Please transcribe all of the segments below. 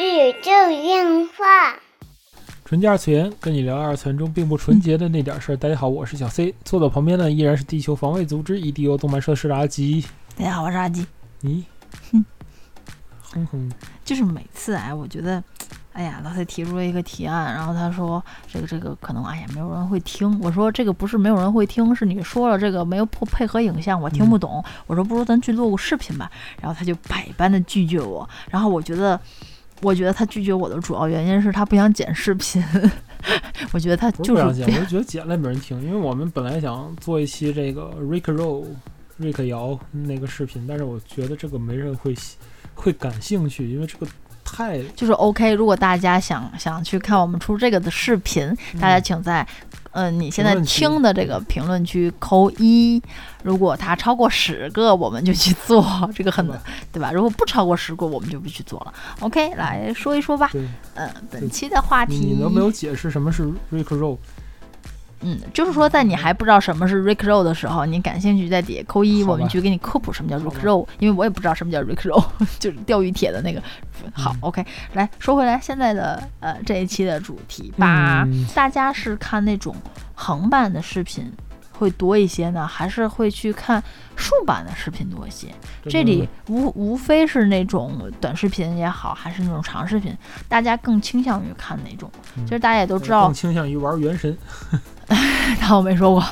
宇宙电话。纯洁二次元，跟你聊聊二次元中并不纯洁的那点事儿。大家好，我是小 C，坐到旁边呢依然是地球防卫组织 EDO 动漫社社长阿吉。大家好，我是阿基。咦，哼哼哼，就是每次哎，我觉得，哎呀，老蔡提出了一个提案，然后他说这个这个可能哎呀没有人会听。我说这个不是没有人会听，是你说了这个没有配配合影像，我听嗯不懂。我说不如咱去录个视频吧。然后他就百般的拒绝我。然后我觉得，我觉得他拒绝我的主要原因是他不想剪视频。 我觉得他不就是不想是剪，我就觉得剪了也没人听，因为我们本来想做一期这个 Rick Roll 瑞克摇那个视频，但是我觉得这个没人会喜会感兴趣，因为这个太就是 OK。如果大家想想去看我们出这个的视频，大家请在，呃，你现在嗯评论区听的这个评论区扣一。如果它超过十个，我们就去做，这个很对吧对吧？如果不超过十个，我们就不去做了。OK，来说一说吧。对。嗯，本期的话你题，能不能解释什么是 Rick Roll？嗯，就是说在你还不知道什么是 Rick Roll 的时候，你感兴趣在底下扣一，好吧我们去给你科普什么叫好吧 Rick Roll，因为我也不知道什么叫 Rick Roll，就是 钓鱼帖的那个。好、嗯 o k 来说回来现在的呃这一期的主题吧，嗯大家是看那种横版的视频会多一些呢，还是会去看竖版的视频多一些？这里无无非是那种短视频也好，还是那种长视频，大家更倾向于看哪种？嗯其实大家也都我知道更，倾向于玩原神。 当我没说过，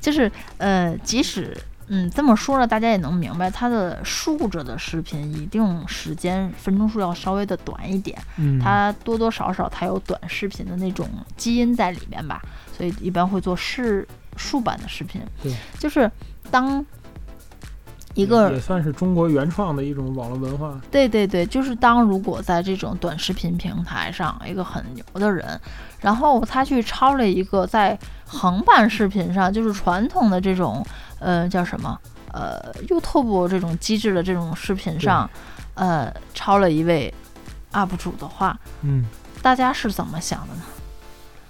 就是呃，即使嗯这么说了，大家也能明白，它的竖着的视频一定时间分钟数要稍微的短一点，嗯，它多多少少它有短视频的那种基因在里面吧，所以一般会做视竖版的视频对，就是当一个嗯也算是中国原创的一种网络文化。对对对，就是当如果在这种短视频平台上，一个很牛的人，然后他去抄了一个在横版视频上，就是传统的这种，呃，叫什么，呃，YouTube 这种机制的这种视频上，呃，抄了一位 UP 主的话，嗯，大家是怎么想的呢？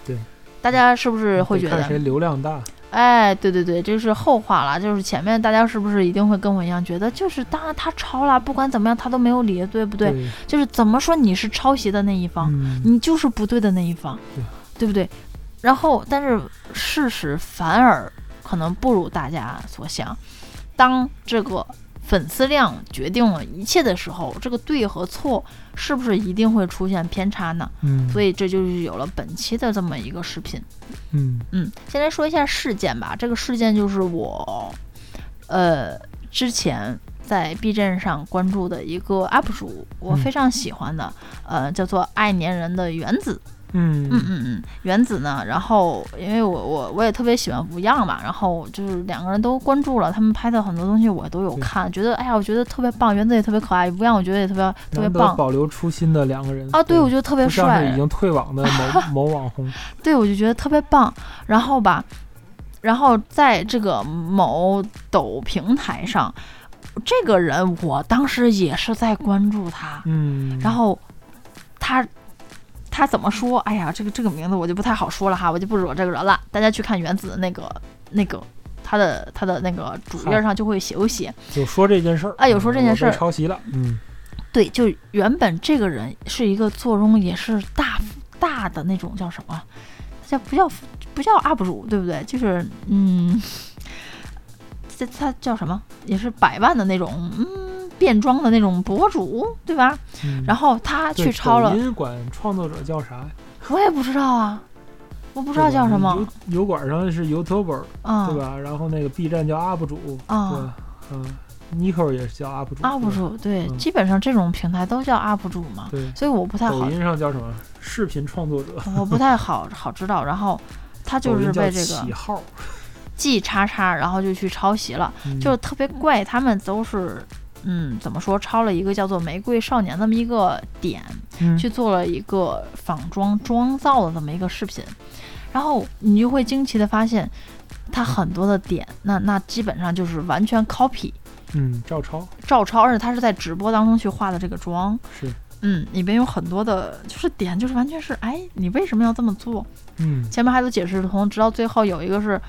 对，大家是不是会觉看得谁流量大。哎，对对对，这是后话了。就是前面大家是不是一定会跟我一样觉得，就是当然他抄了，不管怎么样他都没有理，对不对？对，就是怎么说你是抄袭的那一方，嗯，你就是不对的那一方，对对不对？然后，但是事实反而可能不如大家所想。当这个粉丝量决定了一切的时候，这个对和错是不是一定会出现偏差呢？嗯，所以，以这就是有了本期的这么一个视频。嗯，嗯，先来说一下事件吧。这个事件就是我，呃，之前在 B 站上关注的一个 UP 主，我嗯非常喜欢的，呃，叫做爱粘人的原子。嗯，嗯嗯嗯，原子呢，然后因为我我我也特别喜欢无恙嘛，然后就是两个人都关注了，他们拍的很多东西我都有对看，觉得哎呀，我觉得特别棒，原子也特别可爱，无恙我觉得也特别特别难得棒。保留初心的两个人啊，对，我觉得特别不像是帅已，经退网的 某某网红，对，我就觉得特别棒。然后吧，然后在这个某抖平台上，这个人我当时也是在关注他，嗯，然后他他怎么说？哎呀，这个这个名字我就不太好说了哈，我就不惹这个人了。大家去看原子的那个那个他的他的那个主页上就会写有写，有说这件事儿啊有说这件事儿我被抄袭了，嗯，对，就原本这个人是一个做中也是大大的那种叫什么，叫不叫不叫 UP 主对不对？就是嗯，这他叫什么？也是百万的那种嗯变装的那种博主对吧？嗯然后他对去抄了抖，音管创作者叫啥呀？我也不知道啊，我不不知道叫什么，油油管上是 YouTuber 啊对吧？然后那个 B 站叫 UP 主，对啊吧，嗯，Nico 也是叫 UP 主，UP 对吧主对，嗯基本上这种平台都叫 UP 主嘛，对。所以我不太好抖音上叫什么？视频创作者，我不太好好知道。然后他就抖音是叫被这个起号， G 叉叉，然后就去抄袭了，嗯就特别怪，他们都是。嗯，怎么说？抄了一个叫做“玫瑰少年”这么一个点，嗯去做了一个仿妆妆造的这么一个视频，然后你就会惊奇的发现，它很多的点，那那基本上就是完全 copy 嗯，照抄照抄，而且他是在直播当中去化的这个妆，是嗯，里边有很多的，就是点，就是完全是，哎，你为什么要这么做？嗯前面还都解释得通，直到最后有一个是，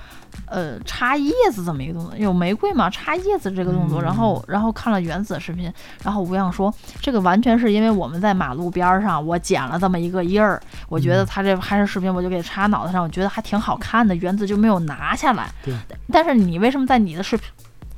呃，插叶子这么一个动作，有玫瑰嘛，插叶子这个动作，嗯然后然后看了原子的视频，然后吴恙说，这个完全是因为我们在马路边儿上，我剪了这么一个印儿，我觉得嗯他这拍摄视频，我就给插脑袋上，我觉得还挺好看的，原子就没有拿下来对。但是你为什么在你的视频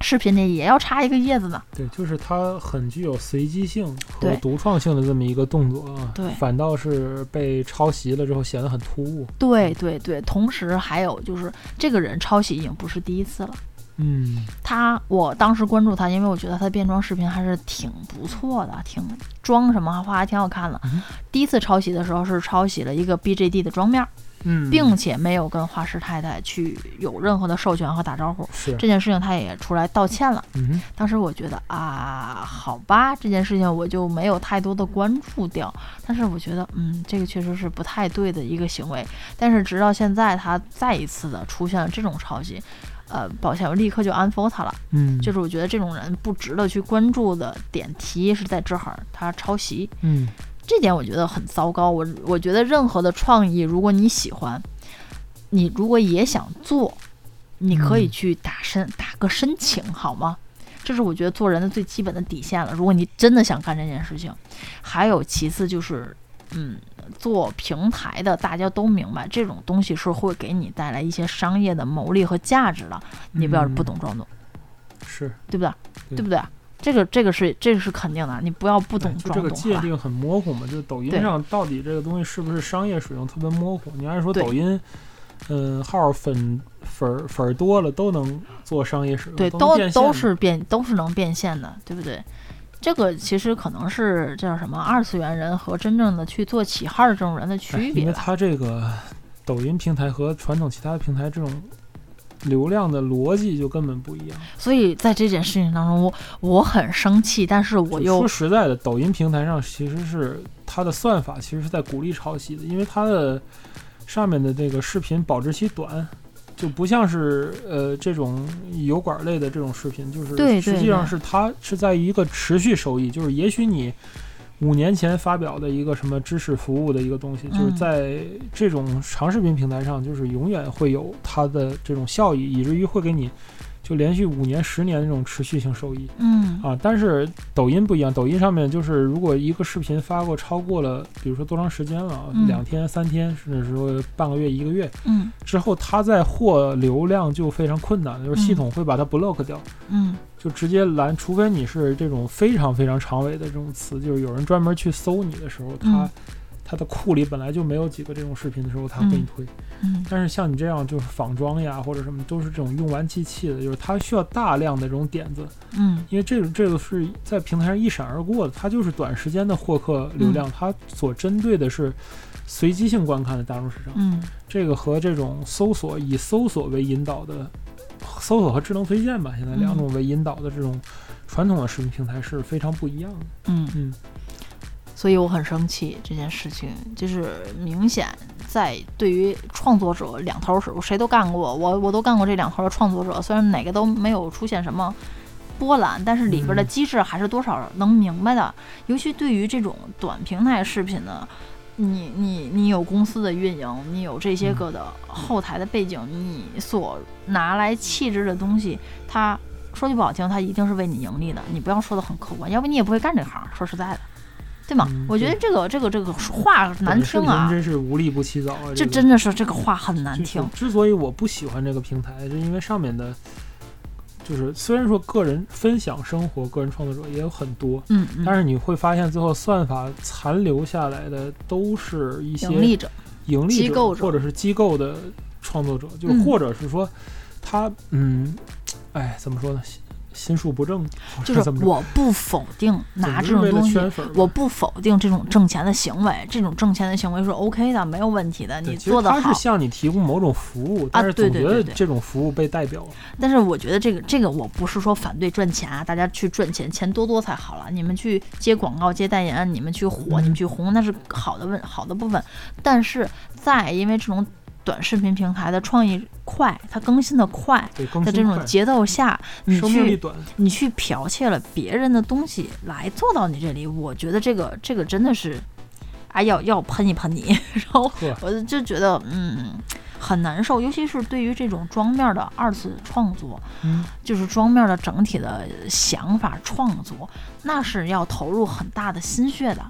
视频里也要插一个叶子呢？对，就是它很具有随机性和对独创性的这么一个动作啊，对反倒是被抄袭了之后显得很突兀。对对对，同时还有就是这个人抄袭已经不是第一次了。嗯他，我当时关注他，因为我觉得他的变装视频还是挺不错的，挺妆什么画还挺好看的。嗯第一次抄袭的时候是抄袭了一个 BJD 的妆面儿，嗯，并且没有跟花师太太去有任何的授权和打招呼。是这件事情他也出来道歉了。嗯哼当时我觉得啊，好吧，这件事情我就没有太多的关注掉。但是我觉得，嗯，这个确实是不太对的一个行为。但是直到现在，他再一次的出现了这种抄袭，呃，抱歉，我立刻就 unfollow 他了。嗯，就是我觉得这种人不值得去关注的点题是在这儿，他抄袭嗯这点，我觉得很糟糕。我我觉得任何的创意，如果你喜欢，你如果也想做，你可以嗯去打申、打个申请，好吗？这是我觉得做人的最基本的底线了。如果你真的想干这件事情，还有其次就是，嗯，做平台的大家都明白，这种东西是会给你带来一些商业的牟利和价值的。你不要不嗯懂装懂。是对不对？对对不对？这个这个是这个是肯定的，你不要不懂哎就装这懂，个界好吧？定很模糊嘛，就抖音对上到底这个东西是不是商业使用特别模糊。你按说对抖音，嗯，号儿粉粉儿粉儿多了都能做商业使用，对，都能都变现都嘛是变都是能变现的，对不对？这个其实可能是叫什么二次元人和真正的去做起号的这种人的哎区因别为吧。它这个抖音平台和传统其他平台这种流量的逻辑就根本不一样。所以在这件事情当中，我我很生气，但是就我又说实在的，抖音平台上其实是它的算法其实是在鼓励抄袭的，因为它的上面的这个视频保质期短。就不像是呃这种油管类的这种视频，就是对对实际上对是它是在一个持续收益，就是也许你五年前发表的一个什么知识服务的一个东西，就是嗯在这种长视频平台上，就是永远会有它的这种效益，以至于会给你就连续五年、十年的这种持续性收益。嗯啊，但是抖音不一样，抖音上面就是如果一个视频发过超过了，比如说多长时间了啊，嗯两天、三天，甚至说半个月、一个月嗯之后，它再获流量就非常困难，就是系统会把它 block 掉，嗯就直接拦，除非你是这种非常非常长尾的这种词，就是有人专门去搜你的时候，它、嗯它的库里本来就没有几个这种视频的时候，它会给你推。嗯但是像你这样就是仿妆呀或者什么，都是这种用完即弃的，就是它需要大量的这种点子。嗯因为这个这个是在平台上一闪而过的，它就是短时间的获客流嗯量，它所针对的是随机性观看的大众市场。嗯这个和这种搜索以搜索为引导的搜索和智能推荐吧，现在嗯两种为引导的这种传统的视频平台是非常不一样的。嗯嗯，所以我很生气这件事情，就是明显在对于创作者两头使，谁都干过，我我都干过这两头的创作者，虽然哪个都没有出现什么波澜，但是里边的嗯机制还是多少能明白的。尤其对于这种短平台视频呢，你你你有公司的运营，你有这些个的后台的背景，你所拿来弃置的东西，它说句不好听，它一定是为你盈利的。你不要说的很客观，要不你也不会干这行。说实在的，对吗？嗯我觉得对这个这个这个话难听短视频啊，真是无利不起早啊！这个真的是这个话很难就是听。之所以我不喜欢这个平台，是因为上面的，就是虽然说个人分享生活、个人创作者也有很多，嗯但嗯，是你会发现，最后算法残留下来的都是一些盈利者，盈利机构者或者是机构的创作者，就是嗯或者是说他嗯，哎，怎么说呢？心心术不正，或就者是怎么着我不否定总拿之这种为了东西。圈粉儿吧我不否定这种挣钱的行为，这种挣钱的行为是 OK 的，没有问题的，对你其实做得他好啊是。向你提供某种服务，但是对总觉对得对对这种服务被代表了。但是我觉得这个这个我不是说反对赚钱啊，大家去赚钱，钱多多才好了。你们去接广告、接代言，你们去火，嗯你们去红，那是好的问好的部分。但是在因为这种短视频平台的创意快，它更新的快，对，更在新这种快嗯节奏下，你生命力去短，你去剽窃了别人的东西来做到你这里，我觉得这个这个真的是，哎，要要喷一喷你， 然后呵我就觉得嗯很难受，尤其是对于这种妆面的二次创作，嗯，就是妆面的整体的想法创作，那是要投入很大的心血的。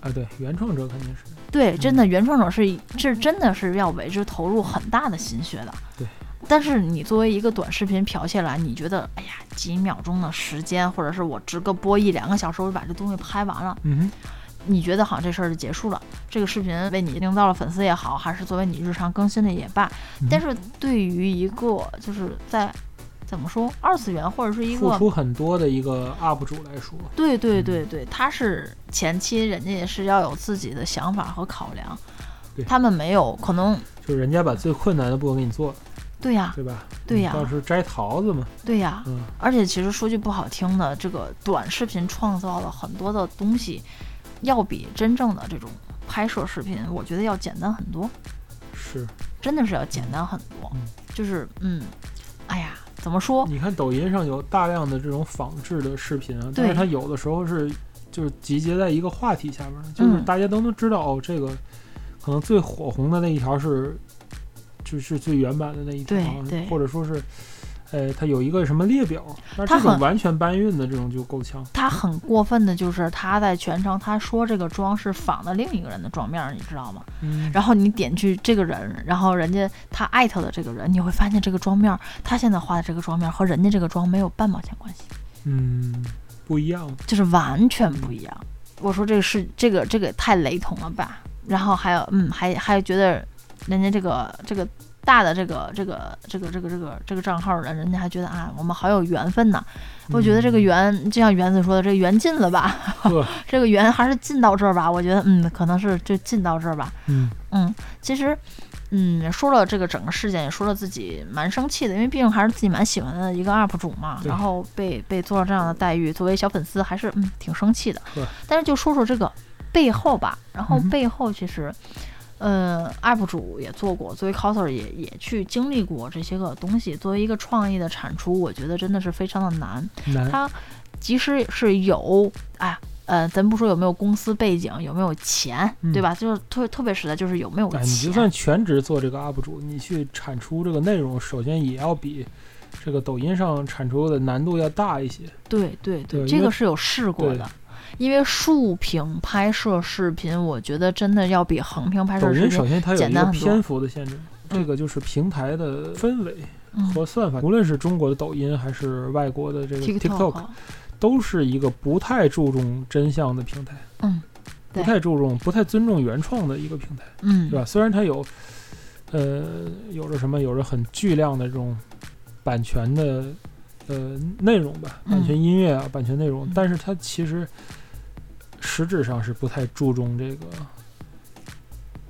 啊，对，原创者肯定是，对，真的原创者是这真的是要为之投入很大的心血的。对。但是你作为一个短视频剽窃来，你觉得哎呀几秒钟的时间，或者是我直个播一两个小时，我就把这东西拍完了，嗯哼，你觉得好像这事儿就结束了。这个视频为你营造了粉丝也好，还是作为你日常更新的也罢，嗯但是对于一个就是在怎么说二次元或者是一付个出嗯很多的一个 UP 主来说，对对对对，他是前期人家也是要有自己的想法和考量对，他们没有可能。就是人家把最困难的部分给你做了，对呀、对吧？对你呀到时候摘桃子嘛，对呀、嗯而且其实说句不好听的，这个短视频创造了很多的东西，要比真正的这种拍摄视频，我觉得要简单很多，是，真的是要简单很多。嗯就是嗯，哎呀，怎么说？你看抖音上有大量的这种仿制的视频啊，对但是它有的时候是就是集结在一个话题下面儿，就是嗯大家都能知道、哦，这个可能最火红的那一条是就是最原版的那一条啊，对对或者说是。呃，它有一个什么列表，但是它这种很完全搬运的这种就够呛。他很过分的就是他在全程他说这个妆是仿的另一个人的妆面儿，你知道吗？嗯，然后你点去这个人，然后人家他艾特的这个人，你会发现这个妆面儿，他现在画的这个妆面儿和人家这个妆没有半毛钱关系，嗯，不一样。就是完全不一样。我说这个是这个这个太雷同了吧？然后还有嗯，还还觉得人家这个这个大的这个这个这个这个这个这个账号的人，人家还觉得啊，我们好有缘分呢。我觉得这个嗯缘，就像园子说的，这个缘尽了吧呵， 这个缘还是尽到这儿吧。我觉得嗯，可能是就尽到这儿吧。嗯，嗯，其实，嗯，说了这个整个事件，也说了自己蛮生气的，因为毕竟还是自己蛮喜欢的一个 UP 主嘛，对然后被被做到这样的待遇，作为小粉丝还是嗯挺生气的对。但是就说说这个背后吧，然后嗯哼背后其实，嗯、呃，UP 主也做过，作为 coser 也也去经历过这些个东西，作为一个创意的产出，我觉得真的是非常的难。嗯难。他即使是有，哎，呃，咱不说有没有公司背景，有没有钱，嗯对吧？就是特特别实在，就是有没有哎，钱。你就算全职做这个 UP 主，你去产出这个内容，首先也要比这个抖音上产出的难度要大一些。对对对，对这因为个是有试过对的。因为竖屏拍摄视频，我觉得真的要比横屏拍抖摄视音频首先它有简一单个很多篇幅的限制，这个就是平台的氛围嗯和算法，无论是中国的抖音还是外国的这个 TikTok， TikTok，都是一个不太注重真相的平台。嗯，不对太注重、不太尊重原创的一个平台，嗯，对吧？虽然它有，呃，有着什么，有着很巨量的这种版权的呃内容吧，嗯版权音乐啊，版权内容嗯，但是它其实实质上是不太注重这个，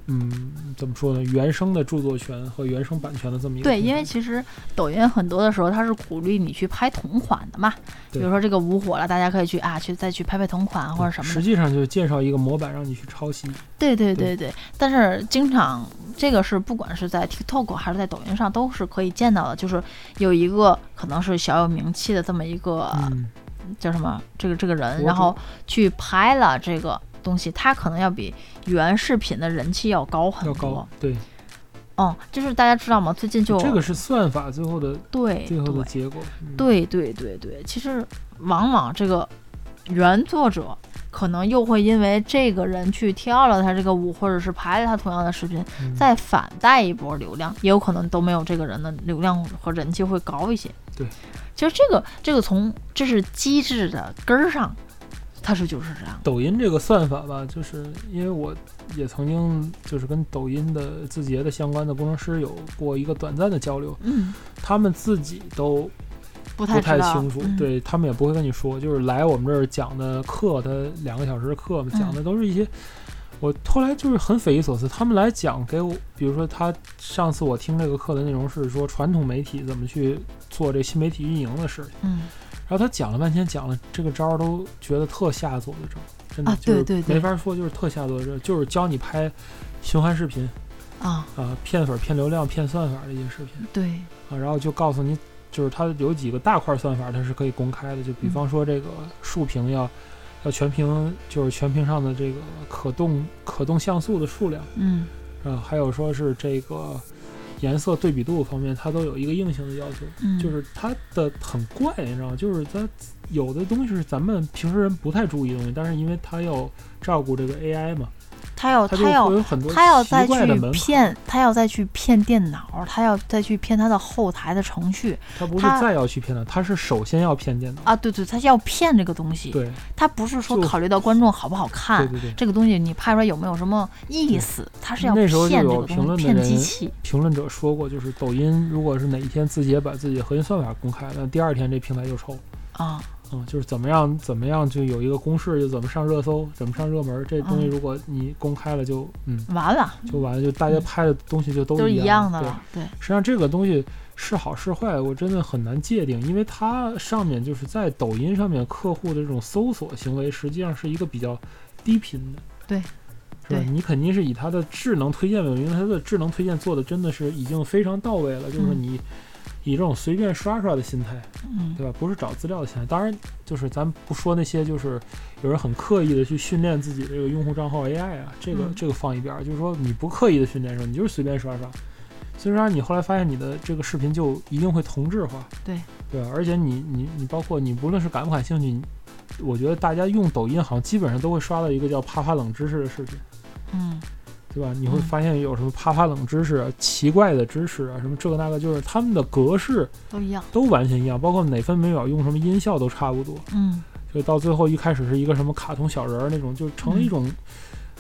嗯，怎么说呢？原生的著作权和原生版权的这么一个对，平因台为其实抖音很多的时候，它是鼓励你去拍同款的嘛。比对如说这个无火了，大家可以去啊，去再去拍拍同款啊或者什么的实。际上就是介绍一个模板让你去抄袭，对对对对对，但是经常这个是不管是在 TikTok 还是在抖音上都是可以见到的，就是有一个可能是小有名气的这么一个、嗯，叫什么这个这个人，主然后去拍了这个东西，他可能要比原视频的人气要高很要多高。，对，嗯，就是大家知道吗？最近就这个是算法最后的对最后的对结果，嗯，对对对对，其实往往这个原作者可能又会因为这个人去跳了他这个舞，或者是拍了他同样的视频，嗯再反带一波流量，也有可能都没有这个人的流量和人气会高一些。对，其实这个这个从这是机制的根儿上，它是就是这样。抖音这个算法吧，就是因为我也曾经就是跟抖音的字节的相关的工程师有过一个短暂的交流，嗯，他们自己都不不太太知道清楚，嗯、对他们也不会跟你说，就是来我们这儿讲的课，他两个小时的课嘛，嗯讲的都是一些。我后来就是很匪夷所思，他们来讲给我，比如说他上次我听这个课的内容是说传统媒体怎么去做这新媒体运营的事情，嗯，然后他讲了半天，讲了这个招儿都觉得特下作的招儿，真的、啊就是对对对没法说，就是特下作的招儿，就是教你拍循环视频，啊，啊，骗粉、骗流量、骗算法这些视频对，啊，然后就告诉你，就是它有几个大块算法它是可以公开的，就比方说这个竖屏要要全屏，就是全屏上的这个可动可动像素的数量，嗯啊，还有说是这个颜色对比度方面，它都有一个硬性的要求，嗯，就是它的很怪，你知道吗？就是它有的东西是咱们平时人不太注意的东西，但是因为它要照顾这个 AI 嘛，他要它就他哦要会有很多他要再奇怪的去门槛，骗，他要再去骗电脑，他要再去骗他的后台的程序它不是它再要去骗了，它是首先要骗电脑。啊！对对，他要骗这个东西，对他不是说就考虑到观众好不好对看，对对，这个东西你拍出来有没有什么意思，他是要那时候就骗这有个评东论西，的骗人机器，评论者说过，就是抖音如果是哪一天自己也把自己的核心算法公开了，那第二天这平台就抽。啊，嗯，就是怎么样怎么样就有一个公式，就怎么上热搜，怎么上热门，这东西嗯如果你公开了就嗯完了就完了，就大家嗯拍的东西就都都是一样的对，了，对，实际上这个东西是好是坏，我真的很难界定，因为它上面就是在抖音上面客户的这种搜索行为，实际上是一个比较低频的。对。是吧对？你肯定是以它的智能推荐为名，因为它的智能推荐做的真的是已经非常到位了，就是嗯你以这种随便刷刷的心态，嗯对吧？不是找资料的心态。当然，就是咱不说那些就是有人很刻意的去训练自己的这个用户账号 AI 啊，这个、嗯这个放一边儿，就是说你不刻意的训练的时候，你就是随便刷刷，所以说你后来发现你的这个视频就一定会同质化，对对吧？而且你你你包括你不论是感不感兴趣，你我觉得大家用抖音好像基本上都会刷到一个叫“啪啪冷知识”的视频。嗯对吧？你会嗯发现有什么啪啪冷知识、啊、奇怪的知识啊，什么这个那个，就是他们的格式都一样，都完全一样，包括每分每秒用什么音效都差不多。嗯就到最后一开始是一个什么卡通小人儿那种，就成了一种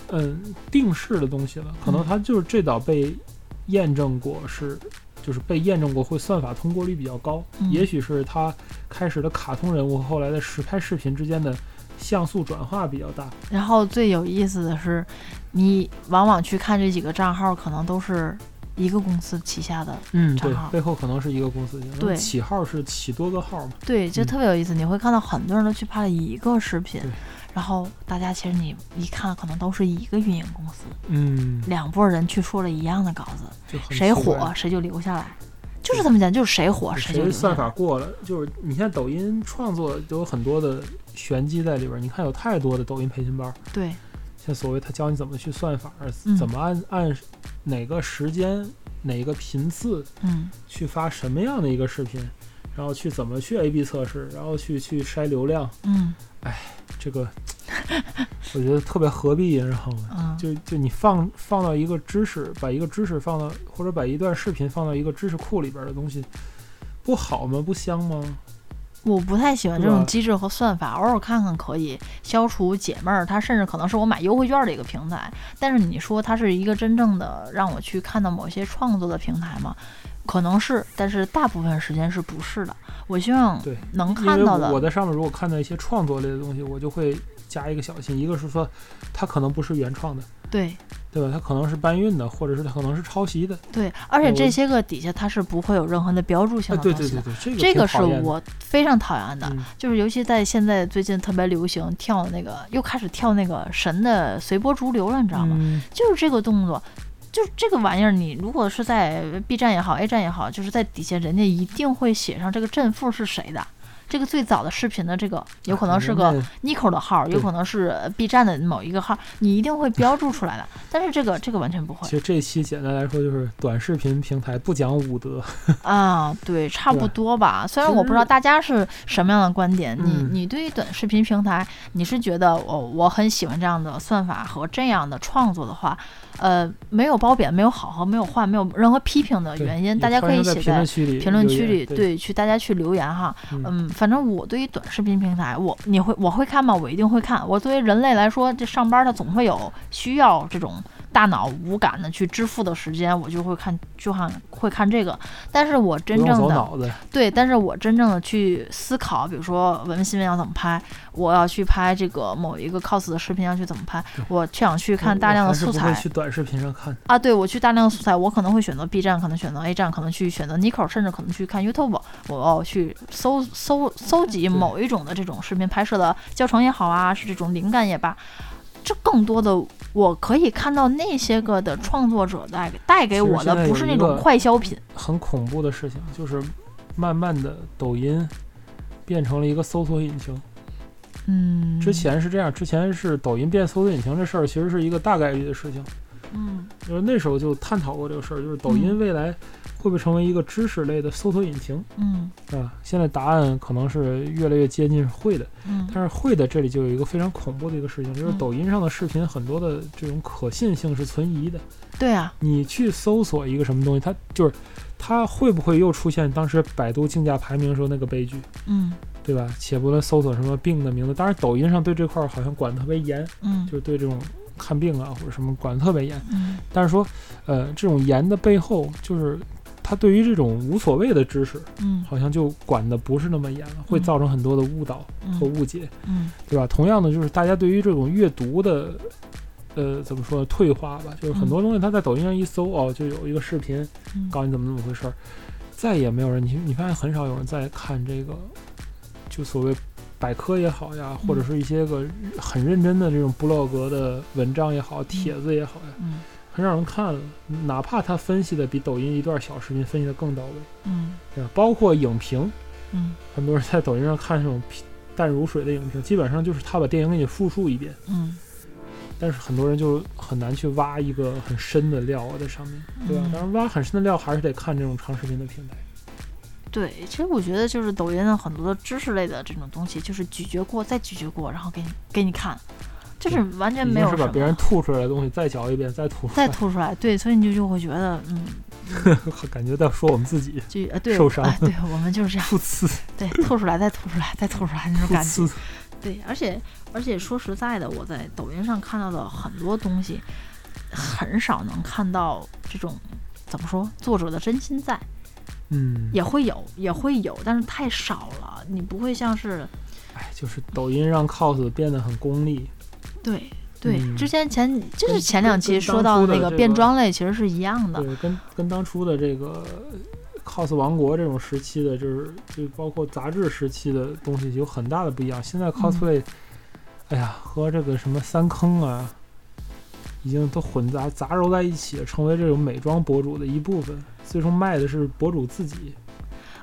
嗯定式的东西了。可能嗯它就是这倒被验证过是，就是被验证过会算法通过率比较高。嗯也许是它开始的卡通人物和后来的实拍视频之间的像素转化比较大。然后最有意思的是，你往往去看这几个账号，可能都是一个公司旗下的，嗯，账对号，背后可能是一个公司。那对起号是起多个号嘛？对，就嗯特别有意思。你会看到很多人都去拍了一个视频对，然后大家其实你一看，可能都是一个运营公司，嗯，两拨人去说了一样的稿子，就很谁奇怪火谁就留下来，就是这么简单，就是谁火谁就谁留下算来。法过了，就是你现在抖音创作都有很多的玄机在里边儿。你看有太多的抖音培训班儿，对，像所谓他教你怎么去算法儿，嗯怎么按按哪个时间、哪个频次嗯去发什么样的一个视频，然后去怎么去 A/B 测试，然后去去筛流量。嗯这个我觉得特别何必，你知道吗？嗯，就就你放放到一个知识，把一个知识放到或者把一段视频放到一个知识库里边儿的东西，不好吗？不香吗？我不太喜欢这对吧种机制和算法，偶尔看看可以消除解闷儿。它甚至可能是我买优惠券的一个平台，但是你说它是一个真正的让我去看到某些创作的平台吗？可能是，但是大部分时间是不是的。我希望对能因为看到的我在上面如果看到一些创作类的东西，我就会加一个小心，一个是说它可能不是原创的，对对吧？它可能是搬运的，或者是它可能是抄袭的。对，而且我这些个底下它是不会有任何的标注性哎，的对东对西对的。对，这个这这个是我非常讨厌的，嗯就是尤其在现在最近特别流行跳那个，又开始跳那个神的随波逐流了，你知道吗？嗯就是这个动作，就是这个玩意儿。你如果是在 B 站也好，A 站也好，就是在底下人家一定会写上这个正负是谁的。这个最早的视频的这个有可能是啊人个们 Nico 的号，有对可能是呃 B 站的某一个号，你一定会标注出来的。但是这个这个完全不会其实这一期简单来说就是短视频平台不讲武德，啊，对，差对不多吧。虽然其我不知实道大家是什么样的观点，嗯你你对于短视频平台，你是觉得我我很喜欢这样的算法和这样的创作的话，呃，没有褒贬，没有好和没有坏，没有任何批评的对呃 原也因，大家欢可以迎在写评论在。区里评论留区言里，对，对，去大家去留言哈，嗯嗯，反正我对于短视频平台，我你会我会看吗？我一定会看。我作为人类来说，这上班它总会有需要这种大脑无感的去支付的时间，我就会看，就看会看这个。但是我真不用正走的脑子，对，但是我真正的去思考，比如说文新闻要怎么拍，我要去拍这个某一个 cos 的视频要去怎么拍，我想去看我大量我的还是不素材会去短视频上看，啊。对，我去大量的素材，我可能会选择 B 站，可能选择 A 站，可能去选择 Nico，甚至可能去看 YouTube。我要去搜搜搜集某一种的这种视频拍摄的教程也好啊，是这种灵感也罢。这更多的我可以看到那些个的创作者带带给我其实现在的，有不是那一种个快消品。很恐怖的事情，就是慢慢的抖音变成了一个搜索引擎。嗯，之，前是这样，之前是抖音变搜索引擎这事儿，其实是一个大概率的事情。嗯就是那时候就探讨过这个事儿，就是抖音嗯未来会不会成为一个知识类的搜索引擎嗯啊？现在答案可能是越来越接近会的，嗯，但是会的这里就有一个非常恐怖的一个事情，就是嗯抖音上的视频很多的这种可信性是存疑的。对啊，你去搜索一个什么东西，它就是它会不会又出现当时百度竞价排名时候那个悲剧，嗯对吧？且不论搜索什么病的名字，当然抖音上对这块儿好像管得特别严，嗯就是对这种看病啊或者什么管得特别严。嗯但是说，呃，这种严的背后，就是它对于这种无所谓的知识，嗯好像就管得不是那么严了，会造成很多的误导和嗯误解，嗯对吧？同样的，就是大家对于这种阅读的。呃，怎么说呢？退化吧，就是很多东西，它在抖音上一搜，哦，就有一个视频，嗯，告诉你怎么怎么回事儿，再也没有人，你你发现很少有人在看这个，就所谓百科也好呀，或者是一些个很认真的这种部落格的文章也好，帖子也好呀，嗯很少人看了。哪怕他分析的比抖音一段小视频分析的更到位，嗯对吧？包括影评，嗯很多人在抖音上看这种平淡如水的影评，基本上就是他把电影给你复述一遍，嗯，但是很多人就很难去挖一个很深的料啊在上面，对吧？嗯当然挖很深的料还是得看这种长视频的平台。对，其实我觉得就是抖音的很多的知识类的这种东西，就是咀嚼过再咀嚼过，然后给你给你看，就是完全嗯已没经有是什把么。别人吐出来的东西再嚼一遍，再吐出再来，吐出来，对，所以你就就会觉得，嗯， 感觉在说我们自 己就呃，对，受伤哎，对我们就是这样，吐刺对，吐出来，再吐出来，再吐出来那种吐感觉刺。。对，而且而且说实在的，我在抖音上看到的很多东西，很少能看到这种怎么说作者的真心在，嗯，也会有，也会有，但是太少了，你不会像是哎，就是抖音让 cos 变得很功利。对。对，嗯之前前就跟是前两跟期跟说当到初那的个这变个装类，其实是一样的。对，跟跟当初的这个 cos 王国这种时期的，就是就包括杂志时期的东西有很大的不一样。现嗯在 cosplay，、哎呀，和这个什么三坑啊，已经都混杂杂糅在一起，成为这种美妆博主的一部分。最终卖的是博主自己，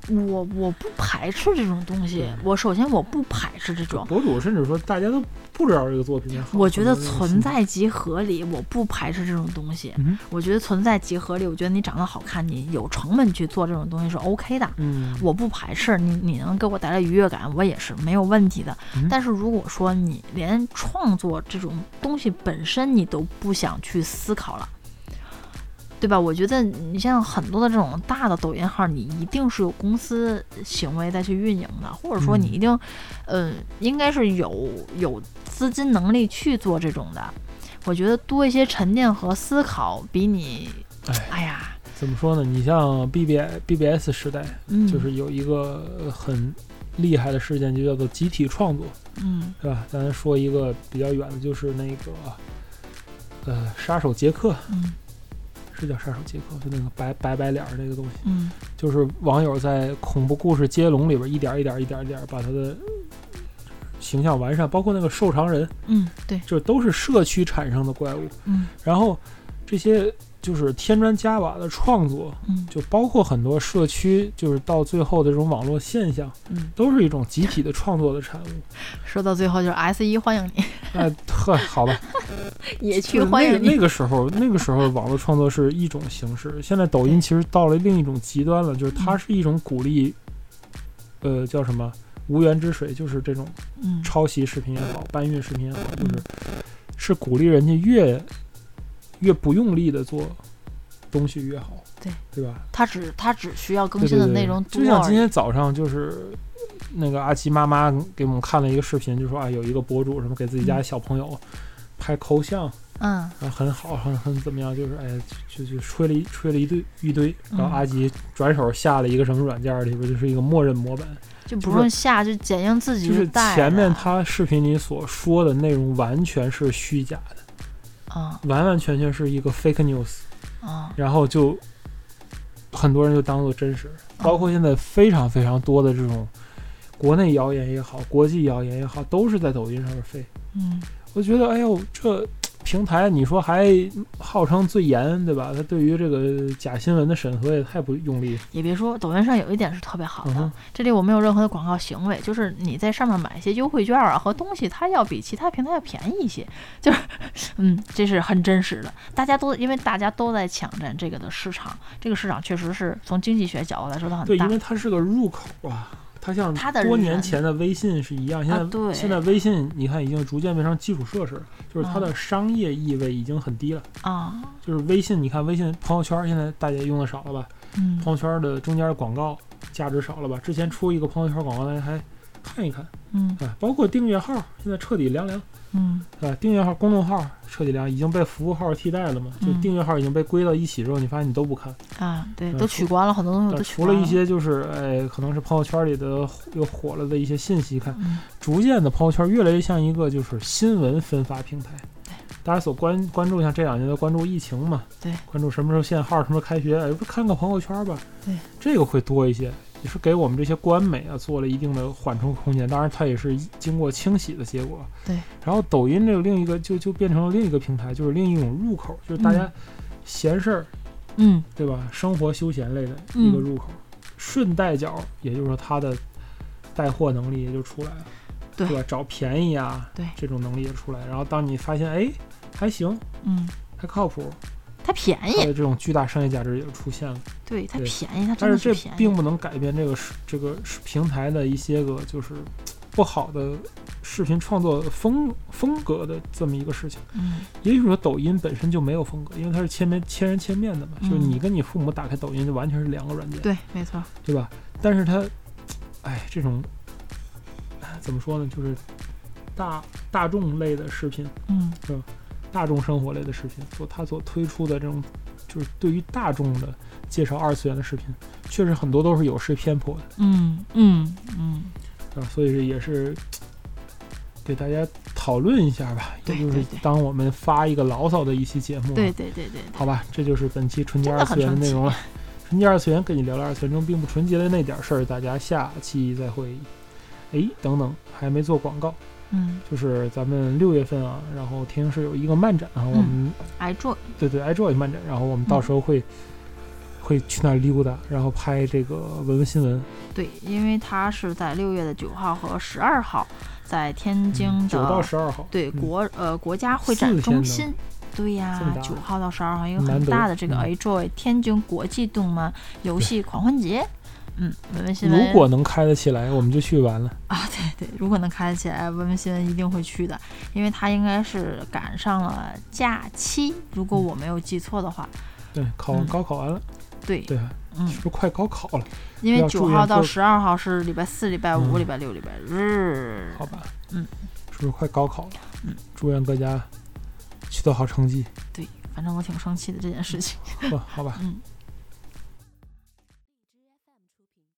我我不排斥这种东西对，我首先我不排斥这种，博主甚至说大家都不知道这个作品也好。我觉得可能这种存心态。在即合理，我不排斥这种东西。嗯我觉得存在即合理，我觉得你长得好看，你有成本去做这种东西是 OK 的，嗯，我不排斥你，你能给我带来愉悦感，我也是没有问题的。嗯但是如果说你连创作这种东西本身你都不想去思考了。对吧？我觉得你像很多的这种大的抖音号，你一定是有公司行为再去运营的，或者说你嗯一定，嗯、应该是有有资金能力去做这种的。我觉得多一些沉淀和思考，比你，哎哎呀，怎么说呢？你像 B B B B S 时代，嗯，就是有一个呃很厉害的事件，就叫做集体创作，嗯对吧？咱说一个比较远的，就是那个呃，杀手杰克嗯是叫杀手杰克，就那个白白白脸儿那个东西，嗯就是网友在恐怖故事接龙里边一点儿一点儿一点儿一点儿把他的。形象完善，包括那个瘦长人，嗯，对，就都是社区产生的怪物。嗯然后这些就是添砖加瓦的创作，嗯就包括很多社区，就是到最后的这种网络现象，嗯，都是一种集体的创作的 产物。说到最后就是 S 一欢迎你，那、呵，好 吧，就野区是欢那迎你那，个时候，那个时候网络创作是一种形式，现在抖音其实到了另一种极端了，就是它是一种鼓励，呃，叫什么无源之水，就是这种嗯抄袭视频也好，搬运视频也好，就是是鼓励人家越越不用力的做东西越好，对对吧？他只他只需要更对新对的对，内容多就像而今已，天早上就是那个阿奇妈妈给我们看了一个视频，就说啊有一个博主什么给自己家嗯小朋友拍抠像，嗯然后很好，很很怎么样，就是哎就就就吹了一吹了一堆一堆，然后嗯阿吉转手下了一个什么软件儿里边就是一个默认模板，就不是用下，就检验自己就是带前面的他视频里所说的内容完全是虚假的，啊完完全全是一个 fake news，啊然后就很多人就当做真实，啊包括现在非常非常多的这种国内谣言也好，国际谣言也好，都是在抖音上面飞。嗯我觉得，哎呦，这平台你说还号称最严，对吧？它对于这个假新闻的审核也太不用力。也别说抖音上有一点是特别好的，嗯哼这里我没有任何的广告行为，就是你在上面买一些优惠券啊和东西，它要比其他平台要便宜一些，就是嗯，这是很真实的。大家都因为大家都在抢占这个的市场，这个市场确实是从经济学角度来说它对，很大因，为它是个入口啊，它像它的多年人前的微信是一样。现在、啊对现在微信你看已经逐渐变成基础设施，就是它的嗯商业意味已经很低了。啊，就是微信，你看微信朋友圈现在大家用的少了吧？嗯，朋友圈的中间的广告价值少了吧？之前出一个朋友圈广告，大家还看一看嗯啊，包括订阅号，现在彻底凉凉嗯啊，订阅号、公众号彻底凉，已经被服务号替代了嘛？就嗯订阅号已经被归到一起之后，你发现你都不看，啊，对，嗯都除取关了很多东西，但都取除关了一，些就是哎，可能是朋友圈里的又火了的一些信息看，嗯逐渐的朋友圈越来越像一个就是新闻分发平台。大家所关关注，像这两年都关注疫情嘛，对，关注什么时候限号，什么时候开学，哎，不看个朋友圈吧，对，这个会多一些，也是给我们这些官媒啊做了一定的缓冲空间。当然，它也是经过清洗的结果。对，然后抖音这个另一个就就变成了另一个平台，就是另一种入口，就是大家闲事儿、嗯对吧？生活休闲类的一个入口，顺带脚，也就是说它的带货能力也就出来了，对吧？找便宜啊，对这种能力也出来。然后当你发现哎还行，嗯，还靠谱，它便它的宜，这种巨大商业价值也就出现了。对，它呃对便宜，它真但的是是这便宜，并不能改变这个是这个是平台的一些个就是不好的视频创作风风格的这么一个事情。嗯也许说抖音本身就没有风格，因为它是千面千人千面的嘛，嗯就是你跟你父母打开抖音就完全是两个软件，对，没错，对吧？但是它，哎，这种哎怎么说呢，就是大大众类的视频，嗯大众生活类的视频，所它所推出的这种，就是对于大众的介绍二次元的视频，确实很多都是有失偏颇的嗯嗯嗯，啊，所以也是给大家讨论一下吧，也对就是对对当我们发一个牢骚的一期节目啊，对对对对对，好吧，这就是本期春节真的二次元的很生内容了。 春节二次元跟你聊聊二次元中并不纯洁的那点事儿，大家下期再会。哎，等等，还没做广告，嗯就是咱们六月份啊，然后天津市有一个漫展啊，我们、 ，I joy，对对，iJoy 漫展，然后我们到时候嗯会、会去那儿溜达，然后拍这个文文新闻，对，因为它是在六月的九号和十二号，在天津嗯九到的十二号，对嗯国呃国家会四展天中呢心。对呀这么，大九号到十二号一个难很得大的这个嗯 A Joy 天津国际动漫游戏狂欢节，嗯，文文新闻如果能开得起来，我们就去玩了。啊，对对，如果能开得起来，文文新闻一定会去的，因为他应该是赶上了假期，如果我没有记错的话，对，考嗯高考完了，对，对，嗯是，不是快高考了？因为要九注意号到做十二号是礼拜四、礼拜五、嗯礼拜六、礼拜日，好吧，嗯，是不是快高考了？嗯，祝愿各家取得好成绩。对，反正我挺生气的这件事情，呵好吧，嗯，